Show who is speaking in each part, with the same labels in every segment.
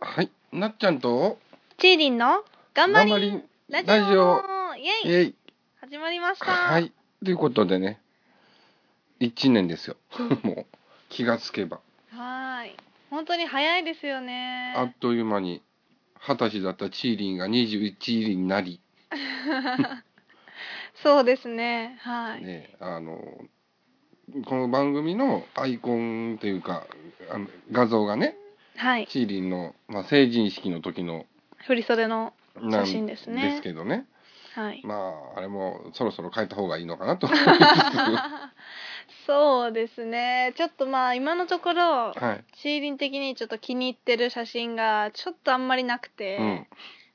Speaker 1: はい。なっちゃんと、
Speaker 2: チーリンの頑張り
Speaker 1: りん
Speaker 2: ラジオ
Speaker 1: ラジオ
Speaker 2: イ
Speaker 1: イ
Speaker 2: ェイ
Speaker 1: ェイ
Speaker 2: 始まりました。
Speaker 1: はい。ということでね、1年ですよ。 もう、気がつけば。
Speaker 2: はーい。本当に早いですよね。
Speaker 1: あっという間に、二十歳だったチーリンが21リンになり、
Speaker 2: そうですね。はい。
Speaker 1: ね、あの、この番組のアイコンというか、あの画像がね、
Speaker 2: はい。
Speaker 1: チーリンの、まあ、成人式の時の、
Speaker 2: 振り袖の。
Speaker 1: なん
Speaker 2: 写真ですね
Speaker 1: ですけどね。
Speaker 2: はい。
Speaker 1: まあ、あれもそろそろ変えた方がいいのかな と思いつつ、
Speaker 2: そうですね。ちょっとまあ今のところ、
Speaker 1: はい。
Speaker 2: チーリン的にちょっと気に入ってる写真がちょっとあんまりなくて、
Speaker 1: うん。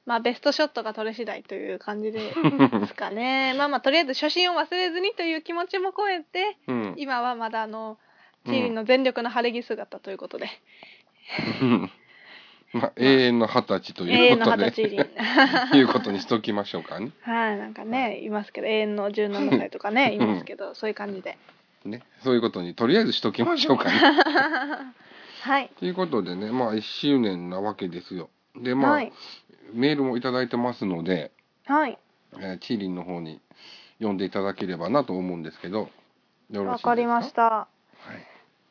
Speaker 2: まあベストショットが撮れ次第という感じで すか ね。まあまあとりあえず初心を忘れずにという気持ちも超えて、
Speaker 1: うん。
Speaker 2: 今はまだあのチーリンの全力の晴れ着姿ということで、
Speaker 1: うん まあ、永遠の二十歳と
Speaker 2: 永
Speaker 1: い
Speaker 2: 遠
Speaker 1: うこと
Speaker 2: の二
Speaker 1: で、
Speaker 2: 十歳リン
Speaker 1: いうことにしときましょうかね。
Speaker 2: はいなんかねいますけど永遠の17歳とかねいますけどそういう感じで
Speaker 1: ね。そういうことにとりあえずしときましょうか ね。
Speaker 2: はい
Speaker 1: ということでね、まあ、1周年なわけですよ。で、まあ、
Speaker 2: はい
Speaker 1: メールもいただいてますので、
Speaker 2: はい
Speaker 1: えーチーリンの方に読んでいただければなと思うんですけど、よろしいです
Speaker 2: わかりまし。た
Speaker 1: は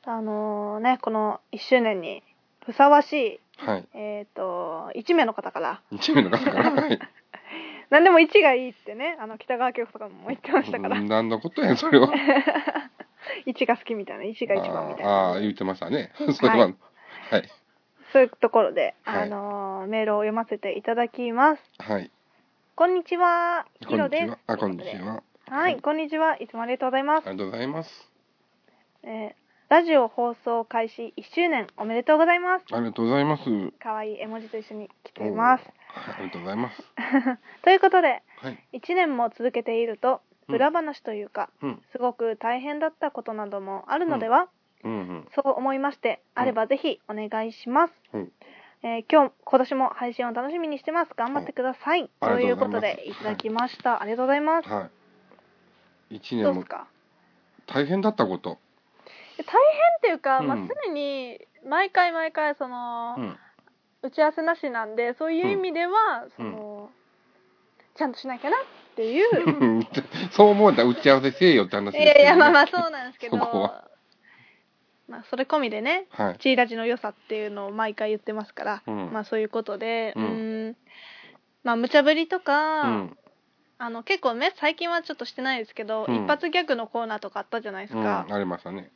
Speaker 2: あのねこの1周年にふさわしい
Speaker 1: い。はい。
Speaker 2: えっ、と1名の方から
Speaker 1: 一名の方から。 はい。
Speaker 2: 何でも1がいいってねあの北川景子とかも言ってましたから
Speaker 1: うん何のことやん、それは。
Speaker 2: 1が好きみたいな1が一番みたい
Speaker 1: あーあ
Speaker 2: な
Speaker 1: ー、言ってました ね。それは。はい。
Speaker 2: そういうところで、
Speaker 1: はい
Speaker 2: あのメールを読ませていただきます
Speaker 1: はい。
Speaker 2: こんにちは。
Speaker 1: こ
Speaker 2: ヒ
Speaker 1: ん
Speaker 2: ロ
Speaker 1: にち
Speaker 2: です
Speaker 1: は。。あ、こんにちは。
Speaker 2: はい、こんにちは。いつもありがとうございま
Speaker 1: あ
Speaker 2: す。
Speaker 1: りがとうございます。
Speaker 2: えーラジオ放送開始1周年おめでとうございます。
Speaker 1: ありがとうございます。
Speaker 2: 可愛い絵文字と一緒に来ています。
Speaker 1: ありがとうございます。
Speaker 2: ということで、
Speaker 1: はい。
Speaker 2: 1年も続けていると、
Speaker 1: うん
Speaker 2: 裏話というか、
Speaker 1: うん。
Speaker 2: すごく大変だったことなどもあるのでは、
Speaker 1: うんうん。
Speaker 2: そう思いまして、
Speaker 1: うん
Speaker 2: あればぜひお願いします。
Speaker 1: うん
Speaker 2: えー今日、今年も配信を楽しみにしてます。頑張ってください。
Speaker 1: あ
Speaker 2: と
Speaker 1: り
Speaker 2: い
Speaker 1: が
Speaker 2: う
Speaker 1: と
Speaker 2: こ
Speaker 1: うご
Speaker 2: と
Speaker 1: ざいます
Speaker 2: で、いただきました。ありがとうございます。
Speaker 1: はい。一
Speaker 2: ど
Speaker 1: 年
Speaker 2: うで
Speaker 1: も
Speaker 2: すか
Speaker 1: 大変だったこと。
Speaker 2: 大変っていうか、まあ
Speaker 1: うん、
Speaker 2: 常に毎回毎回その、
Speaker 1: うん。
Speaker 2: 打ち合わせなしなんでそういう意味では、そのちゃんとしなきゃなっていう、
Speaker 1: そう思うたら打ち合わせせえよって話です
Speaker 2: い
Speaker 1: けどね
Speaker 2: やいやまあまあそうなんですけど
Speaker 1: そこは
Speaker 2: まあそれ込みでね
Speaker 1: はい。
Speaker 2: チーラジの良さっていうのを毎回言ってますから、
Speaker 1: うん
Speaker 2: まあそういうことで
Speaker 1: う
Speaker 2: うんんんまあ無茶ぶりと
Speaker 1: う
Speaker 2: か、
Speaker 1: ん。
Speaker 2: あの結構ね最近はちょっとしてないですけど、
Speaker 1: うん
Speaker 2: 一発ギャグのコーナーとかあったじゃないです
Speaker 1: う
Speaker 2: か、
Speaker 1: ん。ありましたね。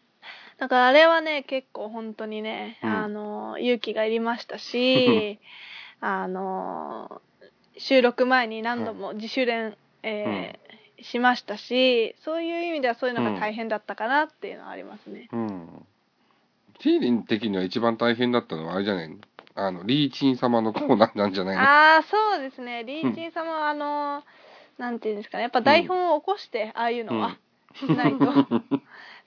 Speaker 2: だからあれはね、結構本当にね、
Speaker 1: うん
Speaker 2: あの、勇気がいりまし たし、あの、収録前に何度も自主練、えーしましたし、そういう意味ではそういうのが大変だったかなっていうのはありますね。
Speaker 1: うん。ティーリン的には一番大変だったのはあれじゃないのあの、リーチン様のコーナーなんじゃないの
Speaker 2: ああ、そうですね。リーチン様は、あの、なんていうんですかね、やっぱ台本を起こして、ああいうのは、しな いと、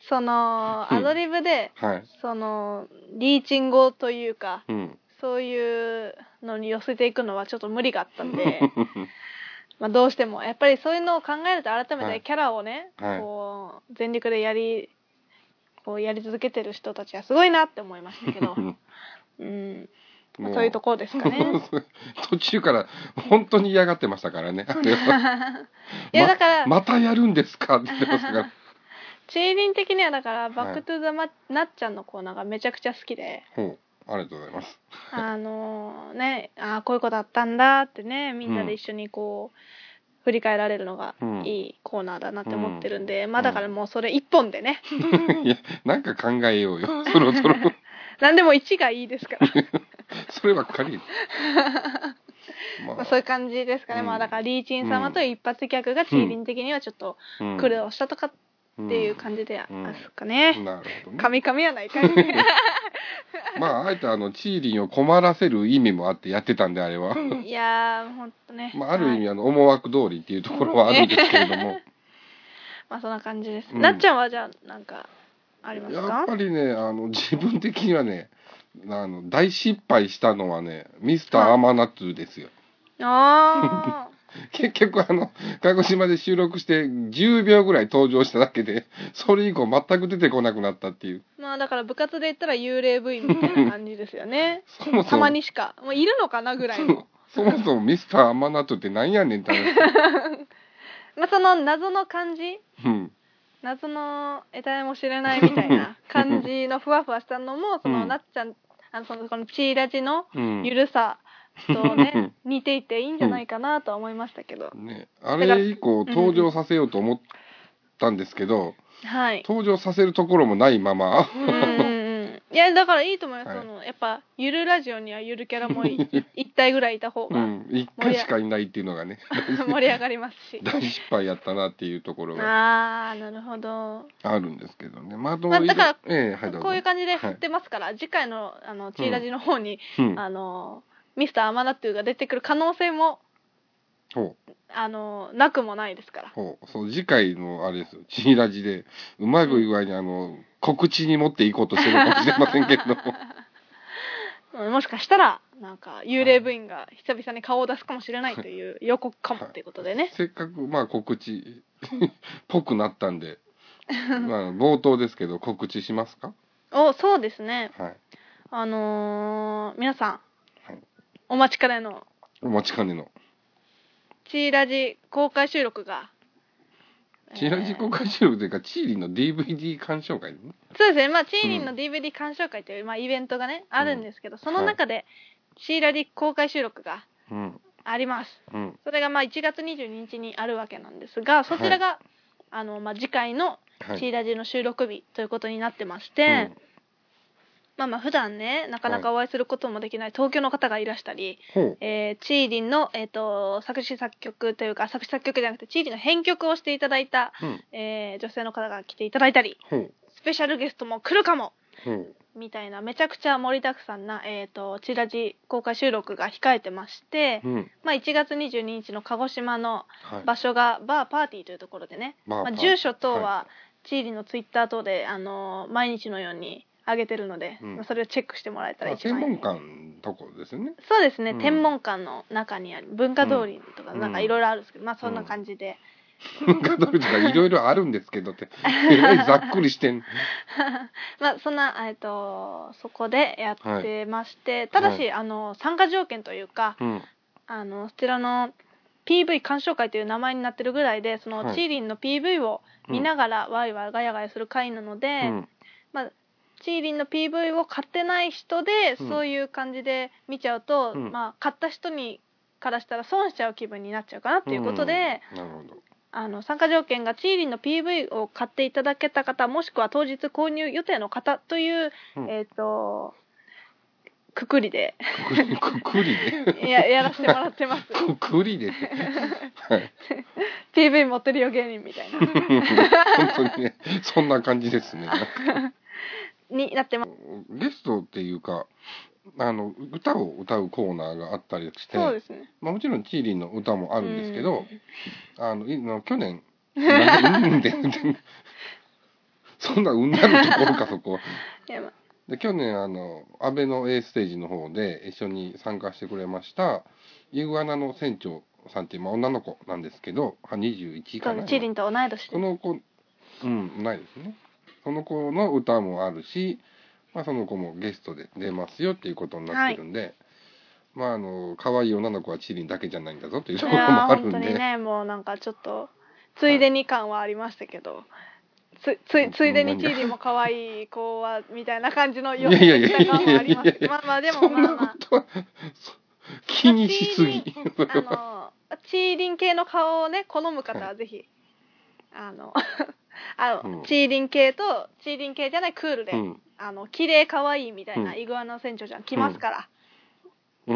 Speaker 2: その、
Speaker 1: うん
Speaker 2: アドリブで、
Speaker 1: はい。
Speaker 2: その、リーチン語というか、
Speaker 1: うん。
Speaker 2: そういうのに寄せていくのはちょっと無理があったん で、まあどうしても、やっぱりそういうのを考えると改め
Speaker 1: は
Speaker 2: て
Speaker 1: い
Speaker 2: キャラをね、
Speaker 1: はい
Speaker 2: こう、全力でやり、こうやり続けてる人たちはすごいなって思いましたけ ど、うん、まあそういうところですか ね。
Speaker 1: 途中から本当に嫌がってましたからね。あれは
Speaker 2: いやだから
Speaker 1: ままたやるんですかって言ってました から。
Speaker 2: チーリン的にはだから、
Speaker 1: い
Speaker 2: バックトゥザマ、なっちゃんのコーナーがめちゃくちゃ好きで、
Speaker 1: ほう、ありがとうございます。
Speaker 2: あのね、ああ、こういうことあったんだってね、みんなで一緒にこう、振り返られるのがいいコーナーだなって思ってるんで、まあだからもうそれ一本でね、
Speaker 1: いや、なんか考えようよ。そろそろ。
Speaker 2: 何でも1がいいです から。
Speaker 1: そればっか り。ま
Speaker 2: まあそういう感じですかね。
Speaker 1: うん
Speaker 2: まあだから、リーチン様と一発客がチーリン的にはちょっと
Speaker 1: うん
Speaker 2: 苦労したとかっていう感じでですかね。
Speaker 1: なるほどね。
Speaker 2: 噛み噛みはない感じで。
Speaker 1: まあ、あえてあの、チーリンを困らせる意味もあってやってたんで、あれは。
Speaker 2: いやー、ほんとね。
Speaker 1: まあ、ある意
Speaker 2: はい
Speaker 1: 味、あの、思惑通りっていうところはあるんですけれども。
Speaker 2: まあそんな感じです。
Speaker 1: うん
Speaker 2: なっちゃんはじゃあ、なんか、あります
Speaker 1: やっ
Speaker 2: か
Speaker 1: ぱりね、あの、自分的にはね、あの、大失敗したのはね、ミスターアマナツーですよ。
Speaker 2: あ
Speaker 1: 結局あの、鹿児島で収録して10秒ぐらい登場しただけで、それ以降全く出てこなくなったっていう。
Speaker 2: まあだから部活で言ったら幽霊部員みたいな感じですよね
Speaker 1: そもそも
Speaker 2: たまにしかもういるのかなぐらいの
Speaker 1: そもそもミスターアマナトってなんやねんって話。
Speaker 2: まあその謎の感じ
Speaker 1: うん。
Speaker 2: 謎の得体も知れないみた いな感じのふわふわしたのもその、
Speaker 1: うん
Speaker 2: なっちゃんあのそのこのチーラジの
Speaker 1: うん。
Speaker 2: ゆるさと ね、似ていていいんじゃないかなとは思いましたけど、
Speaker 1: ね、あれ以降登場させようと思ったんですけど、
Speaker 2: はい
Speaker 1: 登場させるところもないまま、
Speaker 2: うんうんうんいやだからいいと思います、
Speaker 1: はい
Speaker 2: そのやっぱゆるラジオにはゆるキャラも1体ぐらいいた方
Speaker 1: う
Speaker 2: が
Speaker 1: ん、一回しかいないっていうのがね、
Speaker 2: 盛り上がります し
Speaker 1: 大失敗やったなっていうところが
Speaker 2: ああなるほど
Speaker 1: あるんですけどね。まあ、ど
Speaker 2: まあだから
Speaker 1: ええはい、どうぞ。
Speaker 2: こういう感じで
Speaker 1: は
Speaker 2: 振
Speaker 1: い
Speaker 2: ってますから、次回のあのチーラジの方に、
Speaker 1: うん
Speaker 2: あのミスターアマナトゥが出てくる可能性も
Speaker 1: ほう、
Speaker 2: あのなくもないですから
Speaker 1: ほう、そう、次回のあれですよ、チーラジで、うまい具合にあの、告知に持っていこうとしてるかもしれませんけれ ども、
Speaker 2: うんもしかしたらなんか幽霊部員が久々に顔を出すかもしれないという予告かも
Speaker 1: はい
Speaker 2: ということでね、
Speaker 1: せっかく、まあ、告知、ぽくなったん で、まあ、冒頭ですけど、告知しますか
Speaker 2: おそうですね
Speaker 1: はい。
Speaker 2: あのー皆さん
Speaker 1: はい。
Speaker 2: お待ちかねの
Speaker 1: お待ちかねの。
Speaker 2: チーラジ公開収録が
Speaker 1: チーラジ公開収録というか、チーリーの DVD 鑑賞会ね。
Speaker 2: そうですね、まあ、チーリン
Speaker 1: う
Speaker 2: の
Speaker 1: ん
Speaker 2: DVD 鑑賞会という、まあ、イベントがね、あるんですけど、その中で、シーラリ公開収録が
Speaker 1: うん。
Speaker 2: あります。
Speaker 1: うん。
Speaker 2: それが、まあ、1月22日にあるわけなんですが、そちらが、あの、まあ、次回の
Speaker 1: はい。
Speaker 2: シーラジの収録日ということになってまして、
Speaker 1: うん
Speaker 2: まあまあ、普段ね、なかなかお会いすることもできない東京の方がいらしたり、
Speaker 1: ほ
Speaker 2: えーチーリンの、えっ、と、作詞作曲というか、作詞作曲じゃなくて、チーリンの編曲をしていただいた、
Speaker 1: う。うん。
Speaker 2: えー女性の方が来ていただいたり、
Speaker 1: ほう。
Speaker 2: スペシャルゲストも来るかも
Speaker 1: ほう。
Speaker 2: みたいなめちゃくちゃ盛りだくさんな、えー、とチラジ公開収録が控えてまして、
Speaker 1: うん。
Speaker 2: まあ、1月22日の鹿児島の
Speaker 1: はい。
Speaker 2: 場所がバーパーティーというところでね、
Speaker 1: バー
Speaker 2: ま
Speaker 1: パ
Speaker 2: あ、
Speaker 1: ーティー
Speaker 2: 住所等はチーリのツイッター等で、あのー毎日のように上げてるので、
Speaker 1: うん
Speaker 2: まあ、それをチェックしてもらえたら
Speaker 1: あ
Speaker 2: 一
Speaker 1: 天
Speaker 2: 番いい
Speaker 1: 文館のとこですよね。
Speaker 2: そうですね、
Speaker 1: うん
Speaker 2: 天文館の中にある文化通りとか
Speaker 1: うん
Speaker 2: なんかいろいろあるんですけど、まあそんな感じで、
Speaker 1: 文化通りとかいろいろあるんですけ どって、えらいざっくりしてん。
Speaker 2: まあそんな、えー、とそこでやってまして、ただし、
Speaker 1: はい
Speaker 2: あの参加条件というか、
Speaker 1: うん。
Speaker 2: あのそちらの PV 鑑賞会という名前になってるぐらいでその、
Speaker 1: はい
Speaker 2: チーリンの PV を見ながらワイワイガヤガヤする会なので、
Speaker 1: うん。
Speaker 2: まあ、チーリンの PV を買ってない人で、
Speaker 1: うん
Speaker 2: そういう感じで見ちゃうと、
Speaker 1: うん
Speaker 2: まあ、買った人にからしたら損しちゃう気分になっちゃうかなっていうことで、
Speaker 1: うん。なるほど。
Speaker 2: あの参加条件がチーリンの PV を買っていただけた方もしくは当日購入予定の方という、
Speaker 1: うん
Speaker 2: えっ、とくくりで
Speaker 1: くくり、くくりで。
Speaker 2: ややらせてもらっ てます。
Speaker 1: くくりでって。 はい。
Speaker 2: PV 持ってるよ芸人みたいな
Speaker 1: 本当にね、そんな感じですね。
Speaker 2: になってます。
Speaker 1: ゲストっていうか、あの、歌を歌うコーナーがあったりして、
Speaker 2: そうですね。
Speaker 1: まあ、もちろんチーリンの歌もあるんですけど、あのいの去年うんでそんなうんなるところかそこ
Speaker 2: いやまあ
Speaker 1: で去年あの安倍の A ステージの方で一緒に参加してくれましたイグアナの船長さんっていう、まあ、女の子なんですけどあ21
Speaker 2: そ
Speaker 1: か
Speaker 2: うね
Speaker 1: な
Speaker 2: チーリンと同い年
Speaker 1: その子うんないですねその子の歌もあるし、まあ、その子もゲストで出ますよっていうことになってるんで、まああの可愛い女の子はチーリンだけじゃないんだぞっていうと
Speaker 2: い
Speaker 1: ころ
Speaker 2: やー
Speaker 1: もあるん
Speaker 2: 本当
Speaker 1: で
Speaker 2: にねもうなんかちょっとついでに感はありましたけど。つついついでにチーリンも可愛い子はみたいな感じの
Speaker 1: い
Speaker 2: 予
Speaker 1: やいやいやいや
Speaker 2: 定
Speaker 1: いや
Speaker 2: 感はありますけ
Speaker 1: いや
Speaker 2: どまあまあで
Speaker 1: そ
Speaker 2: も
Speaker 1: ん
Speaker 2: ま
Speaker 1: な
Speaker 2: あ
Speaker 1: こ
Speaker 2: まあ
Speaker 1: とはそ気にしすぎ
Speaker 2: チーリン あのチーリン系の顔をね好む方はぜひあの あの、
Speaker 1: うん
Speaker 2: チーリン系とチーリン系じゃないクールで、
Speaker 1: うん
Speaker 2: あの綺麗可愛いみたいな
Speaker 1: うん
Speaker 2: イグアナ船長ちゃん来ますから、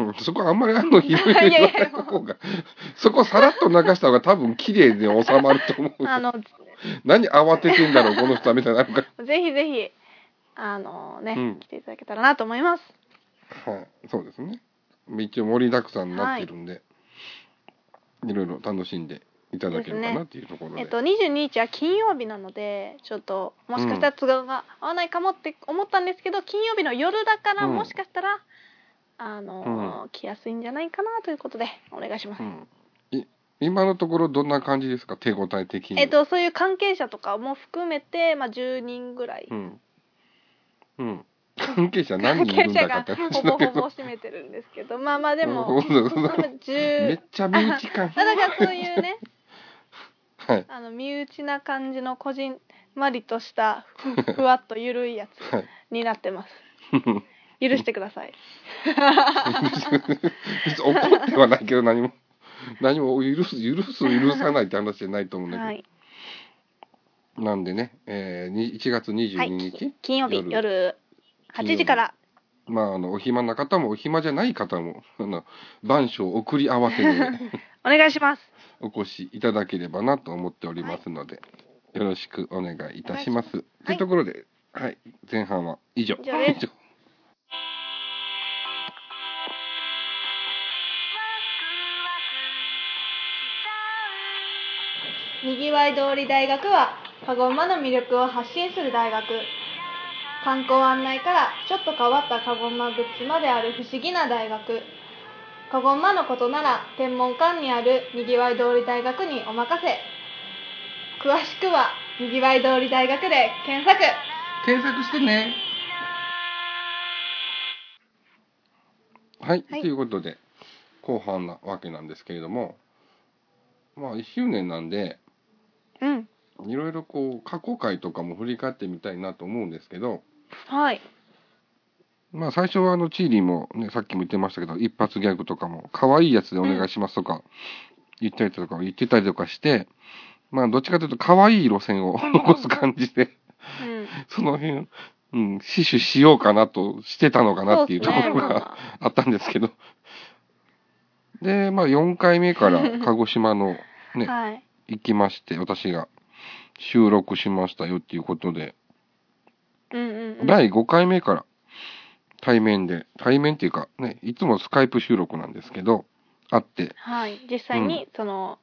Speaker 1: うん、そこあんまりあのいろいろ
Speaker 2: いや
Speaker 1: 言
Speaker 2: い
Speaker 1: わ
Speaker 2: や
Speaker 1: ない方がそこさらっと流した方が多分綺麗で収まると思う
Speaker 2: あの、
Speaker 1: 何慌ててんだろうこの人はみたいになるから
Speaker 2: ぜひぜひ、あのね、
Speaker 1: うん
Speaker 2: 来ていただけたらなと思います。
Speaker 1: はい、そうですね。一応盛りだくさんになってるんで、い、ろいろ楽しんでいただけるかなっていうところで。
Speaker 2: えっと、22日は金曜日なので、ちょっと、もしかしたら都合が合わないかもって思ったんですけど、金曜日の夜だから、
Speaker 1: うん
Speaker 2: もしかしたら、あの来やすいんじゃないかなということで、お願いします。
Speaker 1: うんい今のところどんな感じですか手応え的に
Speaker 2: えっ、とそういう関係者とかも含めて、まあ、10人ぐらい、
Speaker 1: うん、うん、関係者何
Speaker 2: 関
Speaker 1: 人い
Speaker 2: 係
Speaker 1: るん
Speaker 2: 者
Speaker 1: だかっ
Speaker 2: が
Speaker 1: て話
Speaker 2: ほ
Speaker 1: だ
Speaker 2: ぼ
Speaker 1: け
Speaker 2: ほ
Speaker 1: ど
Speaker 2: ぼ占めてるんですけどまあまあで
Speaker 1: う
Speaker 2: も
Speaker 1: んそうそう
Speaker 2: まあ
Speaker 1: め
Speaker 2: 10
Speaker 1: っちゃ身内 感
Speaker 2: まあだからそういうね
Speaker 1: はい
Speaker 2: あの身内な感じのこじんまりとしたふふわっとゆるいやつ
Speaker 1: はい
Speaker 2: になってます許してください
Speaker 1: 別に怒ってはないけど何も何も許す許す許さないって話じゃないと思うんだけど、
Speaker 2: はい、
Speaker 1: なんでね、えー、に1月22
Speaker 2: はい、
Speaker 1: 日、
Speaker 2: き金曜日夜8時から
Speaker 1: まああのお暇な方もお暇じゃない方もあの番書を送り合わせで
Speaker 2: お願いします
Speaker 1: お越しいただければなと思っておりますので、よろしくお願いいたします。と、
Speaker 2: はい
Speaker 1: い、うところで、はい、前半は以上。
Speaker 2: 以上です
Speaker 1: 以上
Speaker 2: にぎわい通り大学はカゴマの魅力を発信する大学観光案内からちょっと変わったカゴマグッズまである不思議な大学カゴマのことなら天文館にあるにぎわい通り大学にお任せ詳しくはにぎわい通り大学で検索
Speaker 1: 検索してね。はい、
Speaker 2: はい
Speaker 1: ということで後半なわけなんですけれども、まあ1周年なんで
Speaker 2: うん
Speaker 1: いろいろこう過去回とかも振り返ってみたいなと思うんですけど、
Speaker 2: はい
Speaker 1: まあ最初はあのチーリーもねさっきも言ってましたけど一発ギャグとかも可愛いやつでお願いしますとか言ったりとか言ってたりとかして、まあどっちかというと可愛い路線を 残す感じで
Speaker 2: うん
Speaker 1: その辺、うん、死守しようかなとしてたのかなっていうところ
Speaker 2: そうっすね
Speaker 1: があったんですけど。で、まあ4回目から鹿児島 のね、
Speaker 2: はい
Speaker 1: 行きまして、私が収録しましたよっていうことで、
Speaker 2: うんうんうん
Speaker 1: 第5回目から対面で、対面っていうかね、いつもスカイプ収録なんですけど、あって、
Speaker 2: はい実際にその、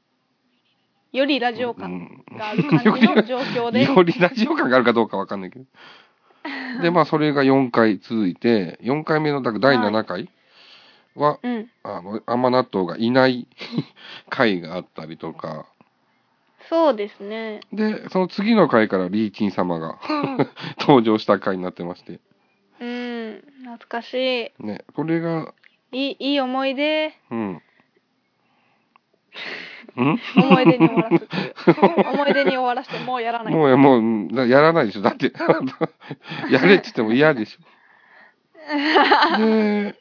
Speaker 2: よりラジオ
Speaker 1: う
Speaker 2: 感
Speaker 1: ん、
Speaker 2: がある感じの 状況で
Speaker 1: よりラ ジオ感があるかどうかわかんないけど。で、まあそれが4回続いて、4回目のだから第7回は、
Speaker 2: うん
Speaker 1: あの、甘納豆がいない回があったりとか、
Speaker 2: そうですね。
Speaker 1: で、その次の回からリーチン様が 登場した回になってまして、
Speaker 2: うん、懐かしい。
Speaker 1: ね、これが、
Speaker 2: いい、いい思い出、
Speaker 1: うん。うん
Speaker 2: 思い出に終わらすっていう。思い出に終わらして、もうやらない。
Speaker 1: もうや、もううん、だやらないでしょ。だって、 やれって言っても嫌でしょ。で、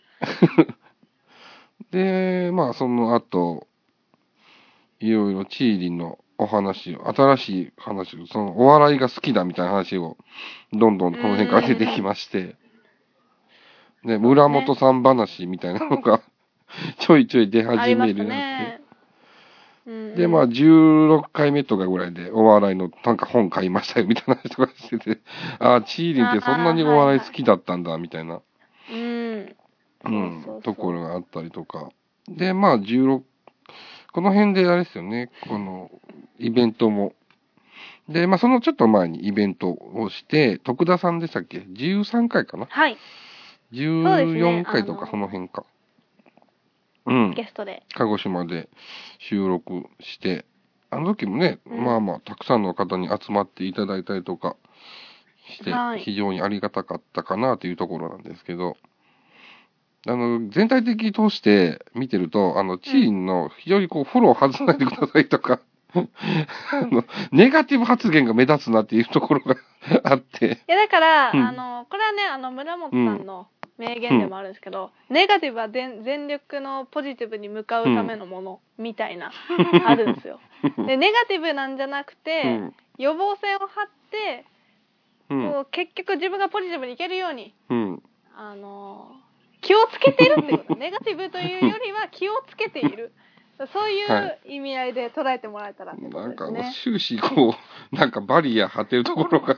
Speaker 1: で、まあ、その後、いろいろチーリンのお話を、新しい話を、そのお笑いが好きだみたいな話を、どんどんこの辺から出てきまして、ね、村本さん話みたいなの が、ちょいちょい出
Speaker 2: あ
Speaker 1: 始
Speaker 2: りま
Speaker 1: め
Speaker 2: した
Speaker 1: るやつ。
Speaker 2: ね。うん、
Speaker 1: で、まあ、16回目とかぐらいで、お笑いの、なんか本買いましたよ、みたいな話とかしてて、 ああ、チーリンってそんなにお笑い好きだったんだ、みたいな、
Speaker 2: うん。
Speaker 1: う、
Speaker 2: そうそうんそう
Speaker 1: ところがあったりとか。で、まあ、16、この辺であれですよね、この、イベントも。で、まあ、そのちょっと前にイベントをして、徳田さんでしたっけ ?13 回かな
Speaker 2: はい、ですね
Speaker 1: ?14 回とか、
Speaker 2: あの
Speaker 1: その辺か。うん。
Speaker 2: ゲストで。
Speaker 1: 鹿児島で収録して、あの時もね、
Speaker 2: うん
Speaker 1: まあまあ、たくさんの方に集まっていただいたりとかして
Speaker 2: はい、
Speaker 1: 非常にありがたかったかなというところなんですけど、あの、全体的に通して見てると、あの、チーンの非常にこう、フォロー外さないでくださいとか、あの、ネガティブ発言が目立つなっていうところがあって、
Speaker 2: いや、だから、
Speaker 1: うん
Speaker 2: あの、これはね、あの、村本さんの名言でもあるんですけど、ネガティブは全全力のポジティブに向かうためのもの、みたいな、あるん ですよ。で、ネガティブなんじゃなくて、
Speaker 1: うん
Speaker 2: 予防線を張って、
Speaker 1: うん、
Speaker 2: こう結局自分がポジティブにいけるように、
Speaker 1: うん、
Speaker 2: あの気をつけてるっ てことネガティブというよりは気をつけているそうい
Speaker 1: は
Speaker 2: う意味合いで捉えてもらえたらってこ
Speaker 1: なん
Speaker 2: とで
Speaker 1: か
Speaker 2: す
Speaker 1: あの
Speaker 2: ね。
Speaker 1: 終始こう、なんかバリア張ってるところ が。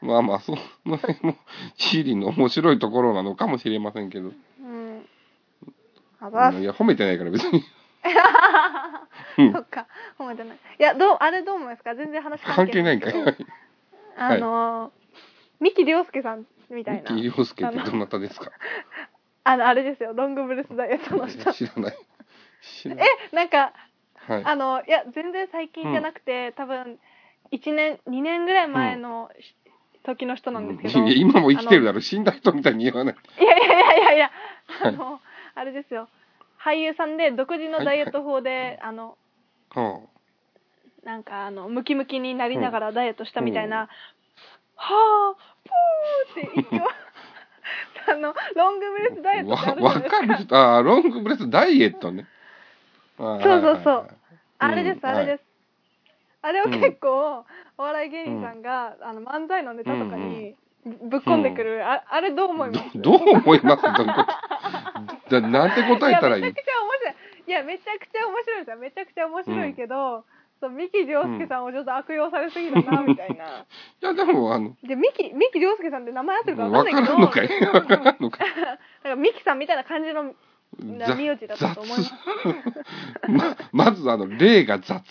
Speaker 1: まあまあ、その辺も、チーリンの面白いところなのかもしれませんけど。
Speaker 2: うん、あざっす
Speaker 1: いや、褒めてないから別 に。うん
Speaker 2: そっか褒めてないいやどうあれどう思いますか全然話関
Speaker 1: 関
Speaker 2: 係
Speaker 1: 係
Speaker 2: な
Speaker 1: ないい
Speaker 2: ん
Speaker 1: ん
Speaker 2: で
Speaker 1: か
Speaker 2: す
Speaker 1: い
Speaker 2: けど。
Speaker 1: はい
Speaker 2: あの三木亮介さんみたいな
Speaker 1: 木良介ってどなたですか
Speaker 2: あのあれですよロングブルースダイエットの人
Speaker 1: 知らない。知らん
Speaker 2: えなんか
Speaker 1: はい
Speaker 2: あのいや全然最近じゃなくて、多分1年2年ぐらい前のし時の人なんですけど、
Speaker 1: いや今も生きてるだろ死んだ人みたいに言わない
Speaker 2: いやいやいやいやいや、あの、あれですよ。俳優さんで独自のダイエット法で、あの、
Speaker 1: は
Speaker 2: なんかあの、ムキムキになりながらダイエットしたみたいな、
Speaker 1: う
Speaker 2: はぁ、ぷーって言って ます。あの、ロングブレスダイエ
Speaker 1: あ
Speaker 2: ット
Speaker 1: わ
Speaker 2: ってあるじゃない
Speaker 1: わ
Speaker 2: です
Speaker 1: かる人あーロングブレスダイエットねそう
Speaker 2: そうそうそうあれで
Speaker 1: うん
Speaker 2: す、あれです。あれを結構、お笑い芸人さんが、あの、漫才のネタとかにぶっ込んでくる、ああれどう思います
Speaker 1: どう 思いますどういうこと だなんて答えたらいい
Speaker 2: やめちゃくちゃ面白いいやめちゃくちゃ面白いですよめちゃくちゃ面白いけど、そう三木亮介さんをちょっと悪用されすぎだな、みたい
Speaker 1: い
Speaker 2: な
Speaker 1: やでもあの
Speaker 2: で三木三木亮介さんって名前合ってるか
Speaker 1: わ
Speaker 2: 分
Speaker 1: か
Speaker 2: かんないけど
Speaker 1: らんのかいわからんのかい
Speaker 2: なんか三木さんみたいな感じのな名字だったと思います
Speaker 1: 雑 ままずあの例が雑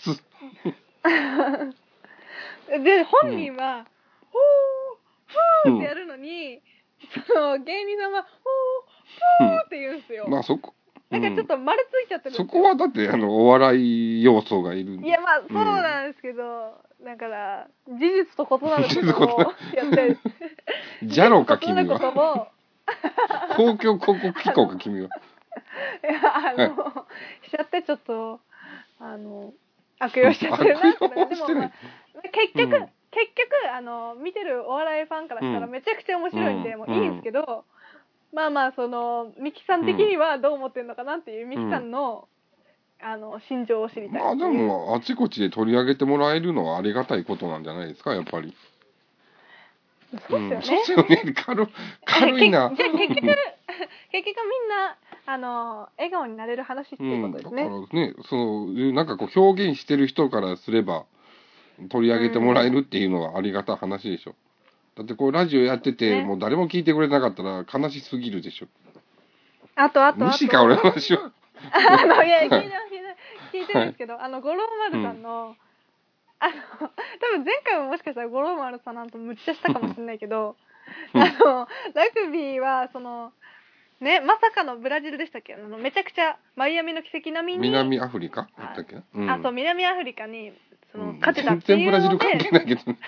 Speaker 2: で本人は「ほー
Speaker 1: うん
Speaker 2: ほー」ってやるのに、その芸人さんは「ほーほー」って言うんですよ、
Speaker 1: まあそこ、う
Speaker 2: なんかちょっと丸ついちゃってるんです
Speaker 1: そ
Speaker 2: よ
Speaker 1: こはだってあのお笑い要素がいる
Speaker 2: いやまあそうなんですけど、だから事実と異なることをや って
Speaker 1: ジャロか
Speaker 2: そんな
Speaker 1: 君
Speaker 2: こ
Speaker 1: は
Speaker 2: とも、
Speaker 1: 公共広告機構か君はい
Speaker 2: や、あの、しちゃって、ちょっと、あの、悪用しちゃってるなって。
Speaker 1: 悪用してな
Speaker 2: でも、ま
Speaker 1: い
Speaker 2: あ結局、
Speaker 1: うん
Speaker 2: 結局、あの、見てるお笑いファンからしたら
Speaker 1: うん
Speaker 2: めちゃくちゃ面白いんで、
Speaker 1: うん
Speaker 2: もういいんですけど、まあまあ、その、ミキさん的にはどう思ってるのかなっていう、ミキさんの、あの、心情を知りたい。
Speaker 1: まあでもあちこちで取り上げてもらえるのはありがたいことなんじゃないですかやっぱり
Speaker 2: そうですよ
Speaker 1: うんそ
Speaker 2: ね。
Speaker 1: うですよね軽軽いな
Speaker 2: けじゃあ 結局、結局みんな、あの、笑顔になれる話っていうことですね。
Speaker 1: うん、だからねそうなんかこう表現してる人からすれば取り上げてもらえるっていうのはありがたい話でしょ、だってこうラジオやってて、
Speaker 2: ね
Speaker 1: もう誰も聞いてくれなかったら悲しすぎるでしょ
Speaker 2: あと、あと、あと。
Speaker 1: 無視か俺の話は
Speaker 2: あの、いや、聞いてます、聞いてます聞いてるんで すけど、あの、五郎丸さんの、あの、多分前回ももしかしたら五郎丸さんなんとむっちゃしたかもしれないけど、
Speaker 1: う
Speaker 2: あ
Speaker 1: ん
Speaker 2: の、ラグビーは、その、ね、まさかのブラジルでしたっけあの、めちゃくちゃマイアミの奇跡並みに、
Speaker 1: 南アフリカだったっけな、うん、
Speaker 2: あと南アフリカに、その、
Speaker 1: うん
Speaker 2: 勝てたっていうので、
Speaker 1: 全然ブラジル関係ないけどね、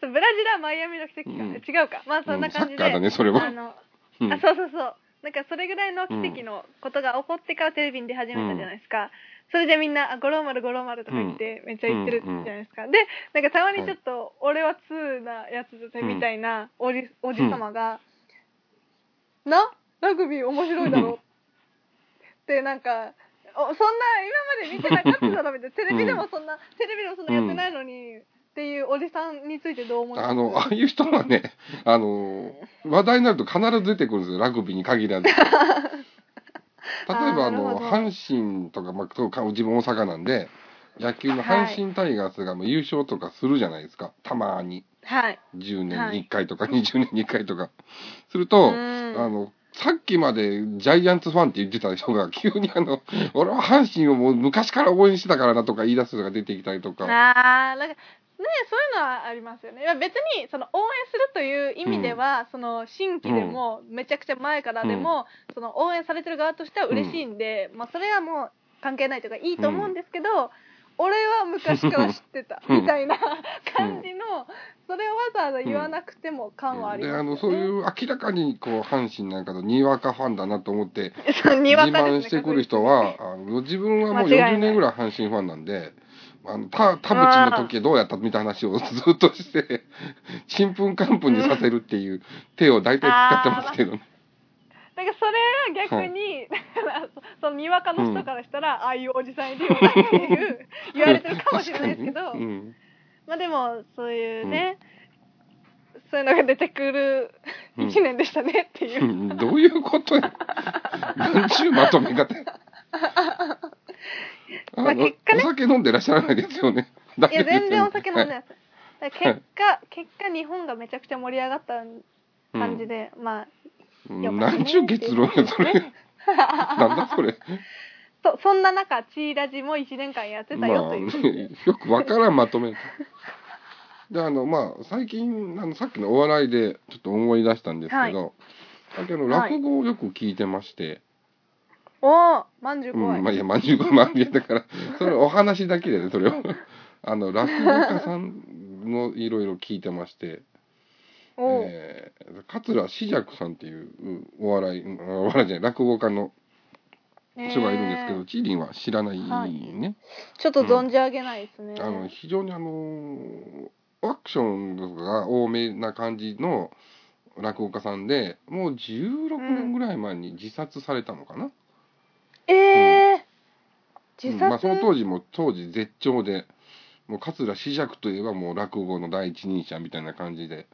Speaker 2: そうブラジルはマイアミの奇跡
Speaker 1: う
Speaker 2: か、
Speaker 1: ん
Speaker 2: 違うか。 まあそん
Speaker 1: う
Speaker 2: なん
Speaker 1: サ
Speaker 2: 感じ
Speaker 1: ッ
Speaker 2: で、
Speaker 1: カーだねそれは
Speaker 2: あの、
Speaker 1: うん
Speaker 2: あそうそうそうなんかそれぐらいの奇跡のことが起こってからテレビに出始めたじゃないですか、それでみんな「あ五郎丸五郎丸」とか言ってめっちゃ言ってるじゃないですか、でなんかたまにちょっと「俺は通なやつだぜ」みたいなおじ,、おじさまが「なラグビー面白いだ
Speaker 1: うん
Speaker 2: ろ」ってなんか。おそんな今まで見てなかっただろみたいなテレビでもそんなテレビでもそんなやってないのにっていうおじさんについてどう思います
Speaker 1: あの、ああいう人はね、あの、話題になると必ず出てくるんですよ、ラグビーに限 らず。例えば、あ
Speaker 2: なる
Speaker 1: の、
Speaker 2: ほど
Speaker 1: 阪神とか、まあ、そうか自分大阪なんで、野球の阪神タイガースがもう優勝とかするじゃないですか、たまに。
Speaker 2: はい
Speaker 1: 10
Speaker 2: は
Speaker 1: 年
Speaker 2: い
Speaker 1: に1回 とか、20年に1回とか。すると、
Speaker 2: うん
Speaker 1: あの、さっきまでジャイアンツファンって言ってた人が、急にあ の、俺は阪神をもう昔から応援してたからなとか言い出す人が出てきたりとか。
Speaker 2: あーなんかねそういうのはありますよねいや別にその応援するという意味では、その新規でも、めちゃくちゃ前からでも、その応援されてる側としては嬉しいんで、まあ、それはもう関係ないというかいいと思うんですけど、俺は昔から知ってた
Speaker 1: うん
Speaker 2: みたいな感じの、それをわざわざ言わなくても感はあります
Speaker 1: で
Speaker 2: よ
Speaker 1: あ
Speaker 2: ね。
Speaker 1: のそういう明らかにこう阪神なんかのにわかファンだなと思って
Speaker 2: そうに
Speaker 1: 自
Speaker 2: わかですね
Speaker 1: 慢してくる人はあの自分はもう
Speaker 2: 間違
Speaker 1: 40
Speaker 2: いない
Speaker 1: 年ぐらい阪神ファンなんで。あの田田淵の時はどうやったみたいな話をずっとして、 ちんぷんかんぷんにさせるっていう手を大体使ってますけどね。
Speaker 2: なんかそれは逆に、だから そのにわかの人からしたら、ああいうおじさんいるよなっていう言われてるかもしれないですけど、
Speaker 1: 確かにね
Speaker 2: まあでもそういうね、そういうのが出てくる
Speaker 1: うん
Speaker 2: 1年でしたねっていう
Speaker 1: う、んうんどういうことや。なんちゅうまとめ方や。あ
Speaker 2: まあ
Speaker 1: の
Speaker 2: 結果ね
Speaker 1: お酒飲んでらっしゃらないですよね。
Speaker 2: いや全然お酒飲んでない
Speaker 1: い。
Speaker 2: です、だから結果結果日本がめちゃくちゃ盛り上がった感じで、まあ
Speaker 1: うんなんちゅう結論や、それ。なん だそれ。
Speaker 2: そそんな中チーラジも1年間やってたよという、
Speaker 1: ねよくわからんまとめ。で、あの、まあ、最近、あの、さっきのお笑いで、ちょっと思い出したんですけど、さっきあの、
Speaker 2: はい
Speaker 1: 落語をよく聞いてまして、
Speaker 2: おおまんじゅう怖
Speaker 1: う
Speaker 2: い、
Speaker 1: ん、まあいやまんじゅうごまんじゅうだ からそれお話だけでねそれはあの落語家さんのいろいろ聞いてまして、
Speaker 2: おう、
Speaker 1: えー、桂志尺さんっていううお笑いうんお笑いじゃない落語家の人がいるんですけ
Speaker 2: え
Speaker 1: ど、
Speaker 2: ー
Speaker 1: チーリンは知らないね、
Speaker 2: はいちょっと存じ上げないですね、
Speaker 1: あの非常にあのーアクションが多めな感じの落語家さんでもう16年ぐらい前に自殺されたのかな、
Speaker 2: ええー自殺、
Speaker 1: うんまあ、その当時も当時絶頂でもう桂枝雀といえばもう落語の第一人者みたいな感じで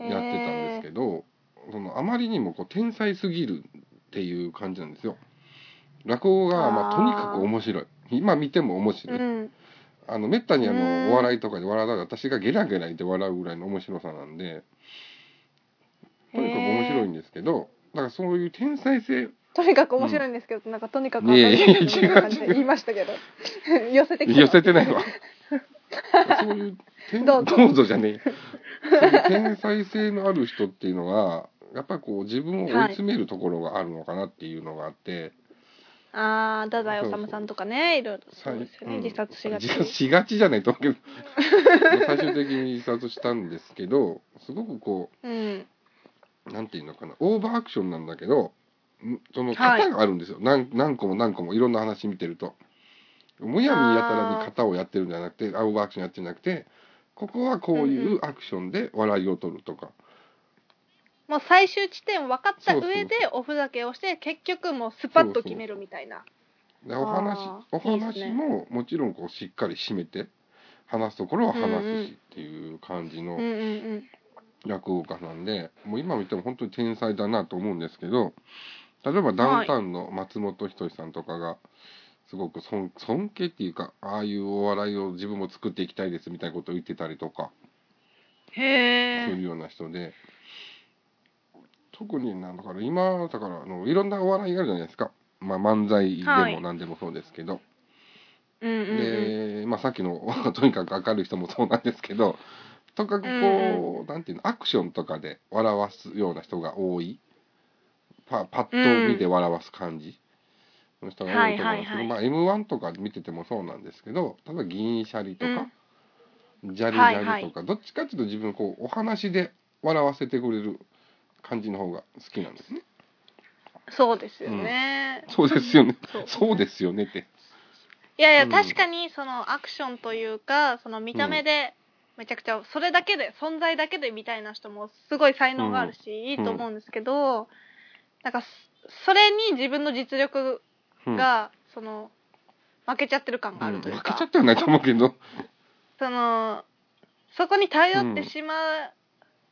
Speaker 1: やってたんですけ
Speaker 2: ど、
Speaker 1: ど、そのあまりにもこう天才すぎるっていう感じなんですよ落語がまあ
Speaker 2: あー
Speaker 1: とにかく面白い今見ても面白い、
Speaker 2: うん
Speaker 1: あのめったにあ
Speaker 2: う
Speaker 1: の
Speaker 2: ん
Speaker 1: お笑いとかで笑う私がゲラゲラ言って笑うぐらいの面白さなんでとにかく面白いんですけど、だからそういう天才性
Speaker 2: とにかく面白いんですけど、なんかとにかく
Speaker 1: いやいや
Speaker 2: 明るいみたいな感じ
Speaker 1: 違う違
Speaker 2: で
Speaker 1: う
Speaker 2: 言いましたけど 寄せてきた
Speaker 1: 寄せてない わそういう天
Speaker 2: どうぞ
Speaker 1: どうぞじゃねえそういう天才性のある人っていうのはやっぱこう自分を追い詰めるところがあるのかなっていうのがあって、
Speaker 2: ああ太宰治さんとかねいろいろそうですよね、
Speaker 1: うん
Speaker 2: 自殺しがち
Speaker 1: 自殺しがちじゃないと思うけど最終的に自殺したんですけどすごくこう
Speaker 2: うん
Speaker 1: なんていうのかなオーバーアクションなんだけどんその
Speaker 2: はい
Speaker 1: 型があるんですよ、何何個も何個もいろんな話見てるとむやみやたらに型をやってるんじゃなくてオーバーアクションやってるんじゃなくてここはこういうアクションで笑いを取るとか、
Speaker 2: もう最終地点を分かった上
Speaker 1: そう
Speaker 2: でおふざけをして結局もうスパッと決めるみたいな
Speaker 1: でお話
Speaker 2: あー
Speaker 1: お
Speaker 2: いいです
Speaker 1: 話
Speaker 2: ね
Speaker 1: ももちろんこうしっかり締めて話すところは話
Speaker 2: うんう
Speaker 1: す
Speaker 2: ん
Speaker 1: しっていう感じ
Speaker 2: うん
Speaker 1: の
Speaker 2: うん
Speaker 1: 落語家なんで、もう今見ても本当に天才だなと思うんですけど例えばダウンタウンの松本人志さんとかがすごく尊尊敬っていうかああいうお笑いを自分も作っていきたいですみたいなことを言ってたりとか
Speaker 2: へ
Speaker 1: す
Speaker 2: え
Speaker 1: るような人で特になんだから今だからあのいろんなお笑いがあるじゃないですか、まあ、漫才
Speaker 2: は
Speaker 1: でも
Speaker 2: い
Speaker 1: 何でもそうですけど、
Speaker 2: うんうんうん
Speaker 1: で、まあ、さっきの とにかく明るい人もそうなんですけどとにかくこう、
Speaker 2: うん
Speaker 1: なんていうのアクションとかで笑わすような人が多いパパッと見て笑わす感じの人が多いと思うんですけど、
Speaker 2: はいはいはい
Speaker 1: まあ、m 1とか見ててもそうなんですけど例えば銀シャリとか、ジャリジ
Speaker 2: はい
Speaker 1: ャリとか、
Speaker 2: はい
Speaker 1: どっちかっていうと自分こうお話で笑わせてくれる感じの方が好きなんですね。
Speaker 2: そうですよね、
Speaker 1: そうですよね
Speaker 2: そう
Speaker 1: そうですよねって。
Speaker 2: いやいや、
Speaker 1: うん
Speaker 2: 確かにそのアクションというかその見た目でめちゃくちゃそれだけで存在だけでみたいな人もすごい才能があるし、いいと思うんですけど、なんかそそれに自分の実力
Speaker 1: うん
Speaker 2: が、その負けちゃってる感があ
Speaker 1: うん
Speaker 2: るという
Speaker 1: 負
Speaker 2: か、
Speaker 1: けちゃってはないと思うけど。
Speaker 2: そのそこに頼っ
Speaker 1: う
Speaker 2: て
Speaker 1: ん
Speaker 2: しま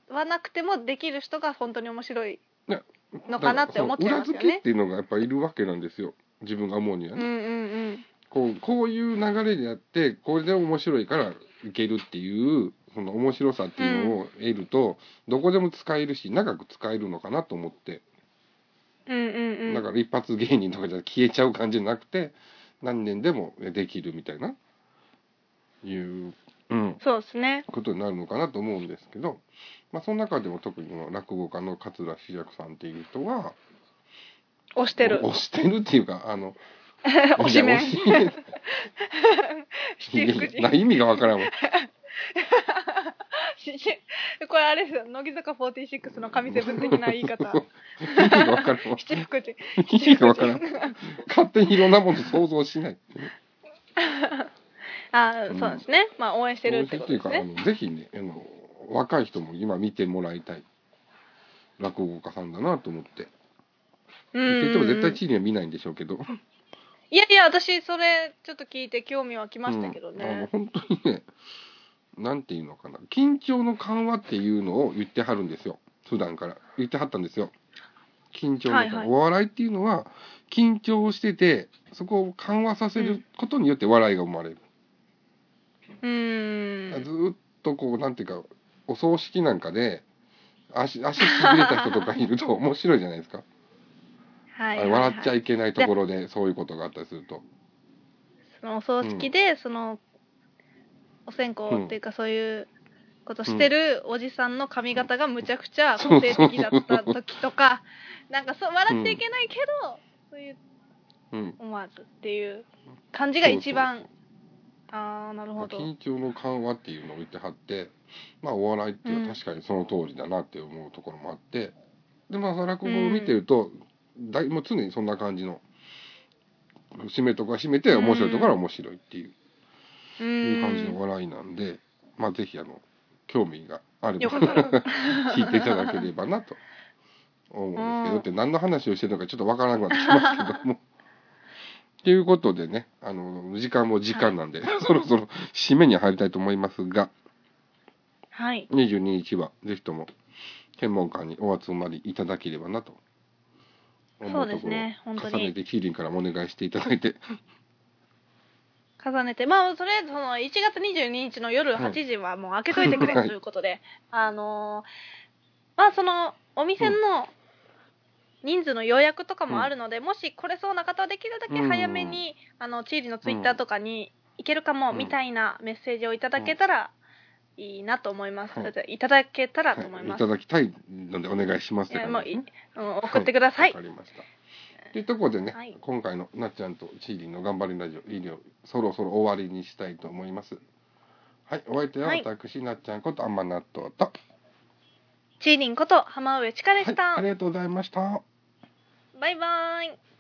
Speaker 2: わなくてもできる人が本当に面白い
Speaker 1: いや
Speaker 2: のかなって思っちゃいますよ
Speaker 1: だからその裏付けっ
Speaker 2: ね。
Speaker 1: ていうのがやっぱいるわけなんですよ自分が思うには
Speaker 2: うんう
Speaker 1: ね、
Speaker 2: ん
Speaker 1: こうこういう流れでやってこれで面白いからいけるっていうその面白さっていうのを得ると、どこでも使えるし長く使えるのかなと思って、
Speaker 2: うんうんうんうん
Speaker 1: だから一発芸人とかじゃ消えちゃう感じじゃなくて何年でもできるみたいないう、うん、
Speaker 2: そうですね。
Speaker 1: ことになるのかなと思うんですけど、まあ、その中でも特にこの落語家の桂志尺さんっていう人は
Speaker 2: 押してる。
Speaker 1: 押してるっていうかあの
Speaker 2: 押し面。
Speaker 1: いや押
Speaker 2: 七
Speaker 1: し面
Speaker 2: 福
Speaker 1: いやな
Speaker 2: 神。
Speaker 1: 意味がわからんわ。
Speaker 2: しし これあれですよ。乃木坂46の神セブン的な言い 方。
Speaker 1: 意味がわからん わ。
Speaker 2: 七福神。
Speaker 1: 意味がわからん。勝手にいろんなもの想像しない。
Speaker 2: ああ、そうですね。まあ応援してるってことです
Speaker 1: ってい
Speaker 2: ね。
Speaker 1: うかあのぜひねあの若い人も今見てもらいたい落語家さんだなと思って。っ
Speaker 2: うん
Speaker 1: て
Speaker 2: うん
Speaker 1: 言
Speaker 2: う
Speaker 1: っ
Speaker 2: ん
Speaker 1: ても絶対地理は見ないんでしょうけど。
Speaker 2: いやいや、私それちょっと聞いて興味はきましたけど
Speaker 1: うんあの
Speaker 2: ね。
Speaker 1: 本当にね、なんていうのかな緊張の緩和っていうのを言ってはるんですよ。普段から言ってはったんですよ。緊張の緩和、
Speaker 2: はいはい
Speaker 1: お笑いっていうのは緊張をしててそこを緩和させることによって笑いが生まれる。
Speaker 2: うーん
Speaker 1: ず。ーっとこうなんていうかお葬式なんかで足足しびれた人とかいると面白いじゃないですか、
Speaker 2: はい
Speaker 1: あ
Speaker 2: はい
Speaker 1: れ
Speaker 2: はい
Speaker 1: 笑っちゃいけないところでそういうことがあったりすると
Speaker 2: そのお葬式で、そのお線香っていうかそういうことしてるおじさんの髪型がむちゃくちゃ個性的だった時とか、なんかそう笑っちゃいけないけど、そういう
Speaker 1: うん
Speaker 2: 思わずっていう感じが一番
Speaker 1: そう
Speaker 2: ああなる
Speaker 1: ま
Speaker 2: ほ
Speaker 1: あ
Speaker 2: ど
Speaker 1: 緊張の緩和っていうのを言ってはってまあお笑いっていうのは確かにその通りだなって思うところもあって、でまあ落語を見てると、だいもう常にそんな感じの締めとか締めて面白いところは面白いっていう,、
Speaker 2: う
Speaker 1: いう感じの
Speaker 2: ん
Speaker 1: 笑いなんでまあぜひあの興味があれ
Speaker 2: よ
Speaker 1: ば
Speaker 2: かったら
Speaker 1: 聞いていただければなと思うんですけど、
Speaker 2: うん
Speaker 1: って何の話をしてるのかちょっとわからなくなってきますけども。ということでね、あの、時間も時間なんで、そろそろ締めに入りたいと思いますが、
Speaker 2: はい
Speaker 1: 22日はぜひとも天文館にお集まりいただければなと
Speaker 2: そうですね
Speaker 1: 思うところ
Speaker 2: 本当に
Speaker 1: 重ねてキーリンからもお願いしていただいて、
Speaker 2: 重ねてまあとりあえずその1月22日の夜8時はもう開けといてくれ
Speaker 1: はい
Speaker 2: ということで、あのーまあそのお店の人数の予約とかもあるので、もし来れそうな方はできるだけ早めに、あのチーリのツイッターとかに行けるかも
Speaker 1: うん
Speaker 2: みたいなメッセージをいただけたらいいなと思います、
Speaker 1: はい
Speaker 2: い、ただけたらと思
Speaker 1: はいい、い
Speaker 2: ます、
Speaker 1: ただきたいのでお願いしますって
Speaker 2: いや
Speaker 1: 感
Speaker 2: もう
Speaker 1: じ
Speaker 2: い
Speaker 1: ですね。
Speaker 2: うん送ってください、
Speaker 1: わ、かりました。というところでね、
Speaker 2: はい
Speaker 1: 今回のなっちゃんとちーりんの頑張りラジオ、医療、そろそろ終わりにしたいと思います。はい、お相手は
Speaker 2: はい
Speaker 1: 私、なっちゃんこと、あんま納豆と。
Speaker 2: チーリンこと浜上千佳でした、
Speaker 1: はい、ありがとうございました。
Speaker 2: バイバーイ